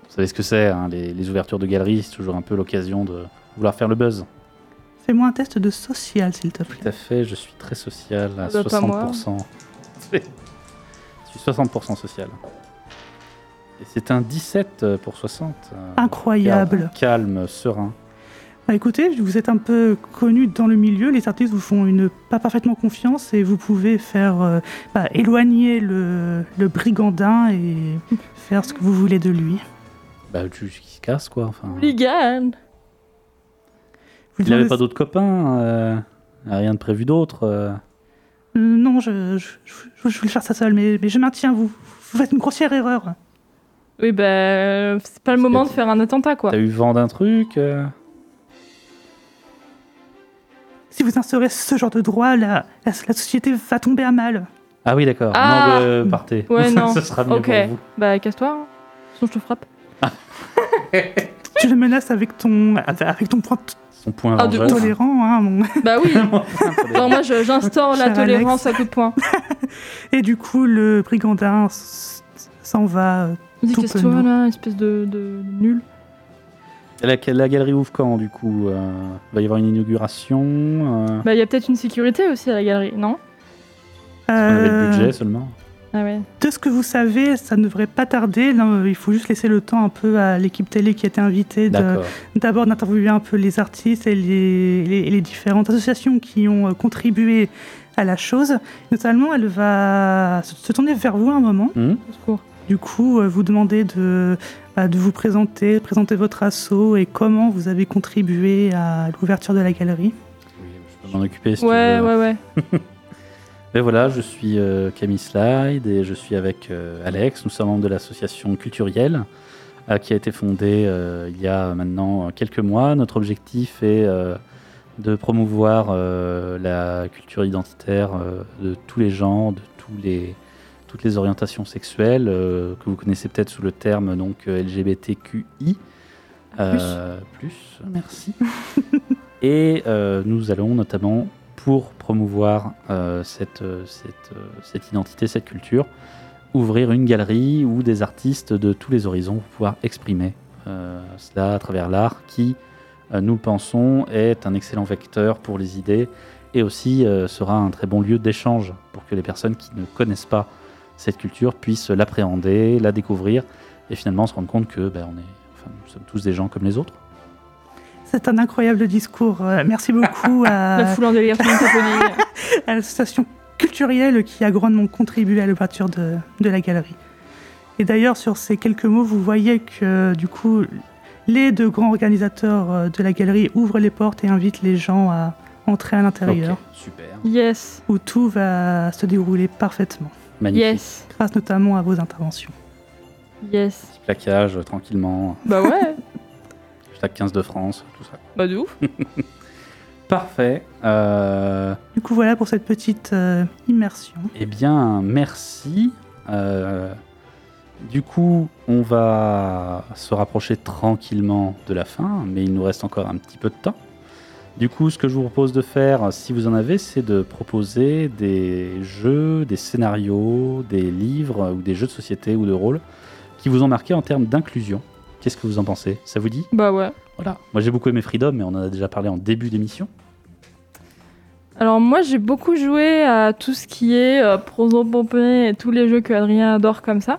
Vous savez ce que c'est, hein, les, les ouvertures de galeries, c'est toujours un peu l'occasion de vouloir faire le buzz. Fais-moi un test de social, s'il te plaît. Tout à fait, je suis très social, à Ah bah, pas moi. 60%. je suis 60% social. Et c'est un 17 pour 60. euh, Incroyable. Calme, serein. Bah écoutez, vous êtes un peu connu dans le milieu, les artistes vous font une pas parfaitement confiance et vous pouvez faire euh, bah, éloigner le, le brigandin et faire ce que vous voulez de lui. Bah, tu qui se casse, quoi. Enfin... Hooligan Vous Il n'avait demandez- pas d'autres copains euh, Rien de prévu d'autre euh. Euh, Non, je, je, je- je voulais faire ça seul, mais, mais je maintiens, vous, vous faites une grossière erreur. Oui, bah, euh, c'est pas le moment de faire un attentat, quoi. T'as eu vent d'un truc euh Si vous instaurez ce genre de droit, la, la, la société va tomber à mal. Ah oui, d'accord. Ah. Non, euh, partez. Ouais, non. Ce sera mieux ok. pour vous. Bah, casse-toi. hein. Sinon, je te frappe. Tu le menaces avec ton, avec ton point Son point Ah, de Avengers. ouf. tolérant. Hein, mon- Bah oui. non, moi, je- j'instaure la Cher tolérance à coup de poing. Et du coup, le brigandin s- s'en va. euh, Dis, tout casse-toi, penaud. là, espèce de, de nul. La, la galerie ouvre quand, du coup euh, Va y avoir une inauguration euh, Bah, il y a peut-être une sécurité aussi à la galerie, non On avait le Euh, budget seulement. Ah ouais. De ce que vous savez, ça ne devrait pas tarder. Là, euh, il faut juste laisser le temps un peu à l'équipe télé qui a été invitée de- D'accord. d'abord d'interviewer un peu les artistes et les, les- les différentes associations qui ont euh, contribué à la chose. Notamment, elle va se se tourner vers vous à un moment. Hum Au secours. Du coup, euh, vous demandez de, bah, de vous présenter, présenter votre assaut et comment vous avez contribué à l'ouverture de la galerie. Je peux m'en occuper si ouais, tu veux. ouais, ouais. Ben voilà, je suis euh, Camille Slide et je suis avec euh, Alex. Nous sommes membres de l'association Culturielle euh, qui a été fondée euh, il y a maintenant quelques mois. Notre objectif est euh, de promouvoir euh, la culture identitaire euh, de tous les genres, de tous les, toutes les orientations sexuelles euh, que vous connaissez peut-être sous le terme donc euh, LGBTQI. Euh, plus, merci. Et euh, nous allons notamment, pour promouvoir euh, cette, euh, cette, euh, cette identité, cette culture, ouvrir une galerie où des artistes de tous les horizons vont pouvoir exprimer euh, cela à travers l'art qui, euh, nous le pensons, est un excellent vecteur pour les idées et aussi euh, sera un très bon lieu d'échange pour que les personnes qui ne connaissent pas cette culture puissent l'appréhender, la découvrir et finalement se rendre compte que ben, on est, enfin, nous sommes tous des gens comme les autres. C'est un incroyable discours. Euh, Merci beaucoup La à, foule en délire, tout le monde s'applaudit. à l'association culturelle qui a grandement contribué à l'ouverture de, de la galerie. Et d'ailleurs, sur ces quelques mots, vous voyez que du coup, les deux grands organisateurs euh, de la galerie ouvrent les portes et invitent les gens à entrer à l'intérieur, Ok, super. Yes, où tout va se dérouler parfaitement, Magnifique. yes, grâce notamment à vos interventions. yes. Petit plaquage euh, tranquillement, Bah ouais, hashtag 15 de France, tout ça. bah de ouf. Parfait. Euh, Du coup, voilà pour cette petite euh, immersion. eh bien, merci. Euh, du coup, on va se rapprocher tranquillement de la fin, mais il nous reste encore un petit peu de temps. Du coup, ce que je vous propose de faire, si vous en avez, c'est de proposer des jeux, des scénarios, des livres euh, ou des jeux de société ou de rôle qui vous ont marqué en termes d'inclusion. Qu'est-ce que vous en pensez Ça vous dit Bah ouais. Voilà. Moi, j'ai beaucoup aimé Freedom, mais on en a déjà parlé en début d'émission. Alors moi j'ai beaucoup joué à tout ce qui est euh, Prozo Pomponné et tous les jeux que Adrien adore comme ça.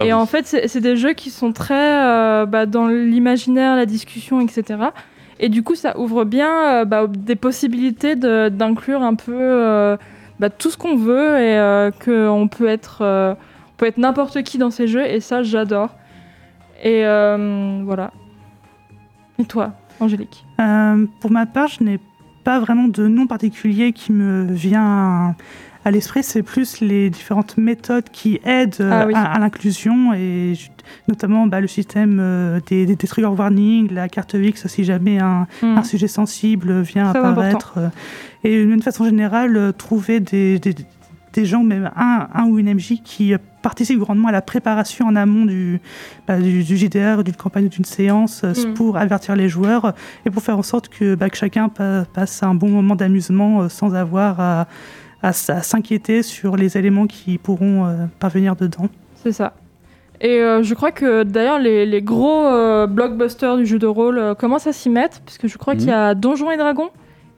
Ah et oui. en fait c'est c'est des jeux qui sont très euh, bah, dans l'imaginaire, la discussion, etc. Et du coup ça ouvre bien euh, bah, des possibilités de- d'inclure un peu euh, bah, tout ce qu'on veut et euh, que on peut être, euh, on peut être n'importe qui dans ces jeux et ça j'adore. Et euh, voilà. Et toi, Angélique Euh, pour ma part, je n'ai pas vraiment de nom particulier qui me vient à l'esprit. C'est plus les différentes méthodes qui aident euh, Ah oui. à, à l'inclusion, et ju- notamment bah, le système euh, des, des, des trigger warnings, la carte X si jamais un, Hmm. un sujet sensible vient Très apparaître. euh, Et d'une façon générale, euh, trouver des, des, des gens, même un, un ou une MJ, qui euh, participent grandement à la préparation en amont du, bah, du, du JDR, d'une campagne ou d'une séance, euh, Mm. pour avertir les joueurs euh, et pour faire en sorte que, bah, que chacun pa- passe un bon moment d'amusement euh, sans avoir à, à s- à s'inquiéter sur les éléments qui pourront euh, parvenir dedans. C'est ça. Et euh, je crois que d'ailleurs les, les gros euh, blockbusters du jeu de rôle euh, commencent à s'y mettre, parce que je crois Mhm. qu'il y a Donjons et Dragons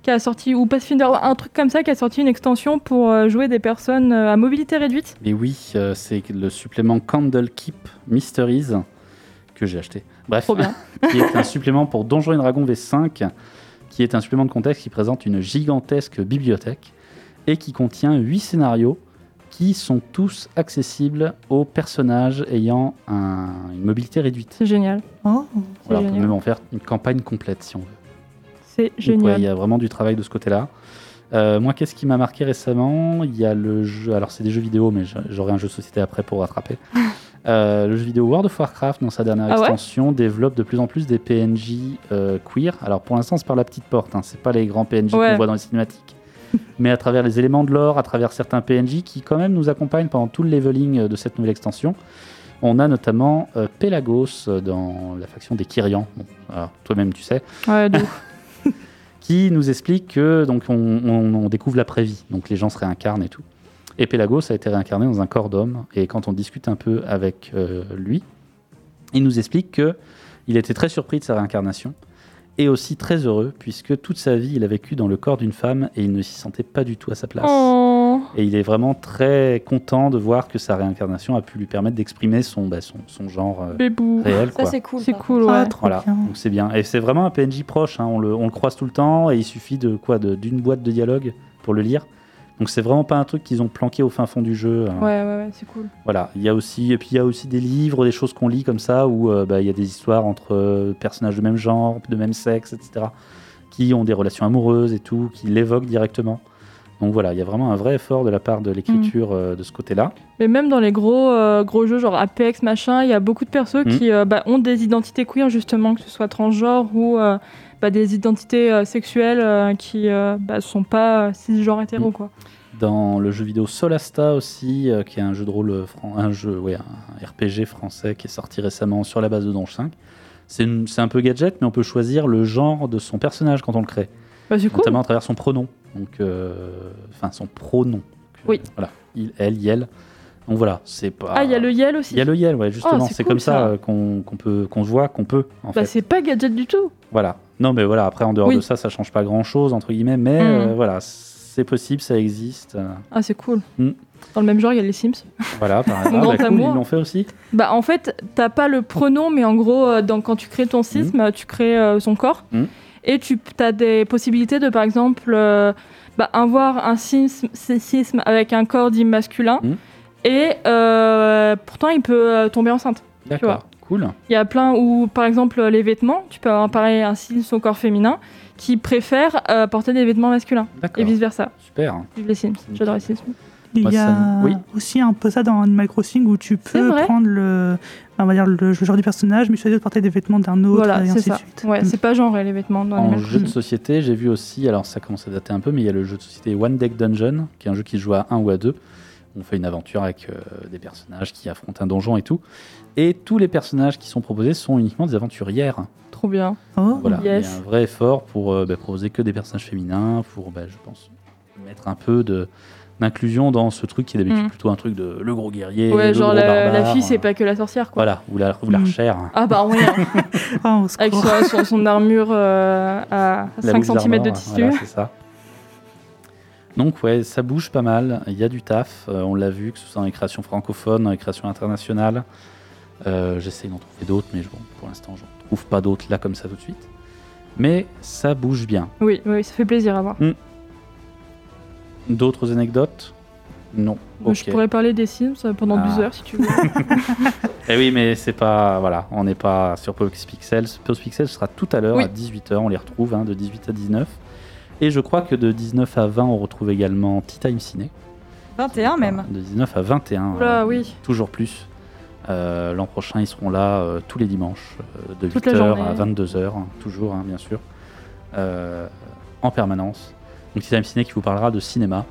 qui a sorti, ou Pathfinder, un truc comme ça, qui a sorti une extension pour euh, jouer des personnes euh, à mobilité réduite. Et oui, euh, c'est le supplément Candle Keep Mysteries que j'ai acheté. Bref, Trop bien. qui est un supplément pour Donjons et Dragons V5, qui est un supplément de contexte qui présente une gigantesque bibliothèque et qui contient 8 scénarios qui sont tous accessibles aux personnages ayant un- une mobilité réduite. C'est génial. Voilà, Oh. on peut génial. même en faire une campagne complète si on veut. C'est Donc, ouais, génial. il y a vraiment du travail de ce côté-là. Euh, moi, qu'est-ce qui m'a marqué récemment Il y a le jeu. Alors, c'est des jeux vidéo, mais j'a- j'aurai un jeu de société après pour rattraper. Euh, le jeu vidéo World of Warcraft, dans sa dernière Ah ouais extension, développe de plus en plus des PNJ euh, queer. Alors, pour l'instant, c'est par la petite porte. hein, C'est pas les grands PNJ Ouais. qu'on voit dans les cinématiques. mais à travers les éléments de l'or, à travers certains PNJ qui quand même nous accompagnent pendant tout le leveling euh, de cette nouvelle extension. On a notamment euh, Pelagos euh, dans la faction des Kyrians. Bon, alors, toi-même tu sais. Ouais, de qui nous explique que donc on, on- on découvre l'après-vie, donc les gens se réincarnent et tout. Et Pelagos a été réincarné dans un corps d'homme, et quand on discute un peu avec euh, lui, il nous explique que il était très surpris de sa réincarnation, et aussi très heureux, puisque toute sa vie il a vécu dans le corps d'une femme, et il ne s'y sentait pas du tout à sa place. Oh. Et il est vraiment très content de voir que sa réincarnation a pu lui permettre d'exprimer son, bah, son, son genre euh, Bébou. réel. quoi. cool. C'est cool, ouais. Voilà, donc c'est bien. Et c'est vraiment un PNJ proche, hein, on, le, on le croise tout le temps, et il suffit de quoi de- D'une boîte de dialogue pour le lire. Donc c'est vraiment pas un truc qu'ils ont planqué au fin fond du jeu. hein. Ouais, ouais, ouais, c'est cool. Voilà, il y a aussi, et puis il y a aussi des livres, des choses qu'on lit comme ça, où euh, bah, il y a des histoires entre euh, personnages de même genre, de même sexe, etc., qui ont des relations amoureuses et tout, qui l'évoquent directement. Donc voilà, il y a vraiment un vrai effort de la part de l'écriture euh, de ce côté-là. Mais même dans les gros, euh, gros jeux genre Apex, machin, il y a beaucoup de persos Mhm. qui euh, bah, ont des identités queer, justement, que ce soit transgenre ou euh, bah, des identités euh, sexuelles euh, qui euh, bah, sont pas euh, cisgenres hétéro, Mhm. quoi. dans le jeu vidéo Solasta aussi, euh, qui est un jeu de rôle, euh, fran- un jeu, ouais, un RPG français qui est sorti récemment sur la base de Donjon 5. C'est une- c'est un peu gadget, mais on peut choisir le genre de son personnage quand on le crée, Bah, c'est cool. notamment à travers son pronom, donc euh, enfin son pronom. Donc, Oui. euh, Voilà, il, elle, yel. Donc voilà, c'est pas. Ah, il y a le Yel aussi. Il y a le yel, ouais, justement. c'est c'est cool, comme ça, ça. euh, qu'on qu'on peut, qu'on se voit, qu'on peut. En Bah, fait. c'est pas gadget du tout. Voilà. Non, mais voilà, après, en dehors Oui. de ça, ça change pas grand chose, entre guillemets, mais Mm. euh, voilà, c'est possible, ça existe. euh, Ah, c'est cool. Mhm. Dans le même genre, il y a les Sims. Voilà, par Mon exemple. grand Bah, cool, amour. ils l'ont fait aussi. Bah, en fait, t'as pas le pronom, mais en gros, euh, dans, quand tu crées ton sisme, Mhm. tu crées euh, son corps. Mhm. Et tu as des possibilités de, par exemple, euh, bah, avoir un sisme, sisme avec un corps dit masculin. Mhm. Et euh, pourtant, il peut euh, tomber enceinte. D'accord, cool. Il y a plein où, par exemple, euh, les vêtements, tu peux avoir pareil un sisme au corps féminin qui préfère euh, porter des vêtements masculins. D'accord. Et vice-versa. Super. Vive les Sims. J'adore les Sims. Il Moi, y ça a me- oui. aussi un peu ça dans Animal Crossing où tu peux vrai. prendre le, on va dire le genre du personnage, mais choisir de porter des vêtements d'un autre Voilà, et c'est ainsi de ça. suite. Ouais, Mm. c'est pas genré les vêtements dans En Animal jeu de Crossing. société, j'ai vu aussi, alors ça commence à dater un peu, mais il y a le jeu de société One Deck Dungeon, qui est un jeu qui se joue à 1 ou à 2. On fait une aventure avec euh, des personnages qui affrontent un donjon et tout. Et tous les personnages qui sont proposés sont uniquement des aventurières. Trop bien. Oh. Voilà, il y Yes. a un vrai effort pour euh, bah, proposer que des personnages féminins, pour, bah, je pense, mettre un peu de d'inclusion dans ce truc qui est d'habitude Mm. plutôt un truc de le gros guerrier, Ouais, le genre gros la, barbare, euh, la fille, c'est pas que la sorcière, quoi. Voilà, ou la, ou la Mm. chair. Ah bah ouais, hein. Ah, au secours. avec son, son- son armure euh, à La 5 Wolves cm de Armor, tissu. voilà, c'est ça. Donc ouais, ça bouge pas mal, il y a du taf, euh, on l'a vu, que ce soit dans les créations francophones, dans les créations internationales. Euh, J'essaie d'en trouver d'autres, mais je- bon, pour l'instant, je trouve pas d'autres là comme ça tout de suite. Mais ça bouge bien. Oui, oui, ça fait plaisir à voir. D'autres anecdotes Non. Moi, Je Ok. pourrais parler des Sims pendant Ah. 12 heures si tu veux. Eh oui, mais c'est pas. Voilà, on n'est pas sur Post Pixel. Post Pixel sera tout à l'heure Oui. à 18h. On les retrouve hein, de 18 à 19. Et je crois que de 19 à 20, on retrouve également Tea Time Ciné. 21 même. De 19 à 21. Oula, euh, oui. Toujours plus. Euh, L'an prochain, ils seront là euh, tous les dimanches, euh, de Toute la 8h à journée. 22h, toujours, hein, bien sûr, euh, en permanence. Donc, c'est Time Ciné qui vous parlera de cinéma.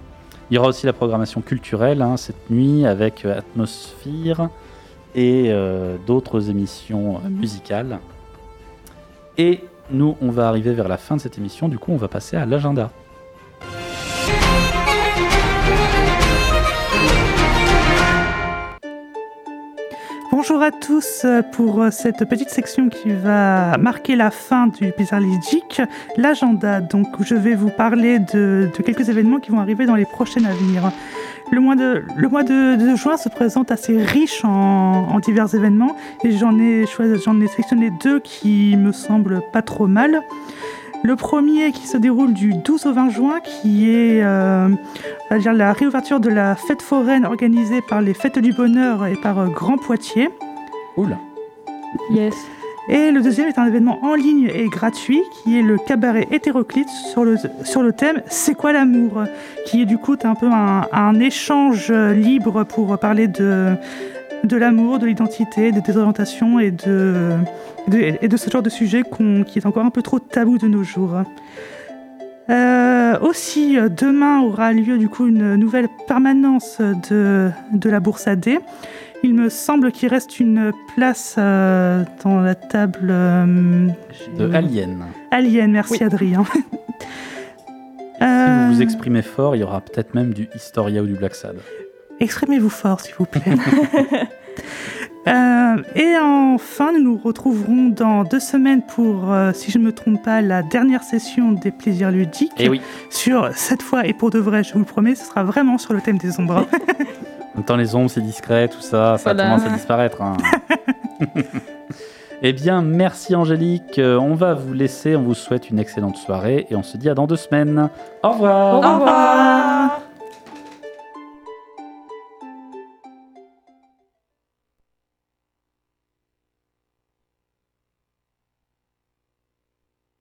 Il y aura aussi la programmation culturelle hein, cette nuit avec euh, Atmosphere et euh, d'autres émissions Mhm. euh, musicales. Et nous, on va arriver vers la fin de cette émission. Du coup, on va passer à l'agenda. Bonjour à tous euh, pour euh, cette petite section qui va marquer la fin du Bizarre Geek, l'agenda. Donc, où je vais vous parler de, de quelques événements qui vont arriver dans les prochaines à venir. Le mois de, le mois de, de juin se présente assez riche en, en divers événements et j'en ai, choisi- j'en ai sélectionné deux qui me semblent pas trop mal. Le premier qui se déroule du 12 au 20 juin, qui est euh, on va dire la réouverture de la fête foraine organisée par les Fêtes du Bonheur et par euh, Grand Poitiers. Cool. Yes. Et le deuxième est un événement en ligne et gratuit qui est le cabaret hétéroclite sur le, sur le thème C'est quoi l'amour qui est du coup un peu un, un échange euh, libre pour parler de, de l'amour, de l'identité, des désorientations et de, de- et de ce genre de sujet qu'on- qui est encore un peu trop tabou de nos jours. Euh, aussi, euh, demain aura lieu du coup une nouvelle permanence de, de la bourse à dés. Il me semble qu'il reste une place euh, dans la table euh, De Alien. Alien. Merci Oui. Adrien. Si vous vous Euh, exprimez fort, il y aura peut-être même du Historia ou du Black Sad. Exprimez-vous fort, s'il vous plaît. Euh, et enfin, nous nous retrouverons dans deux semaines pour, euh, si je ne me trompe pas, la dernière session des plaisirs ludiques. Eh oui. Sur cette fois et pour de vrai, je vous le promets, ce sera vraiment sur le thème des ombres. En même temps, les ombres, c'est discret, tout ça, ça Voilà. commence à disparaître. hein. eh bien, merci Angélique. Euh, On va vous Ah, laisser. On vous souhaite une excellente soirée et on se dit à dans deux semaines. Au revoir. Au revoir.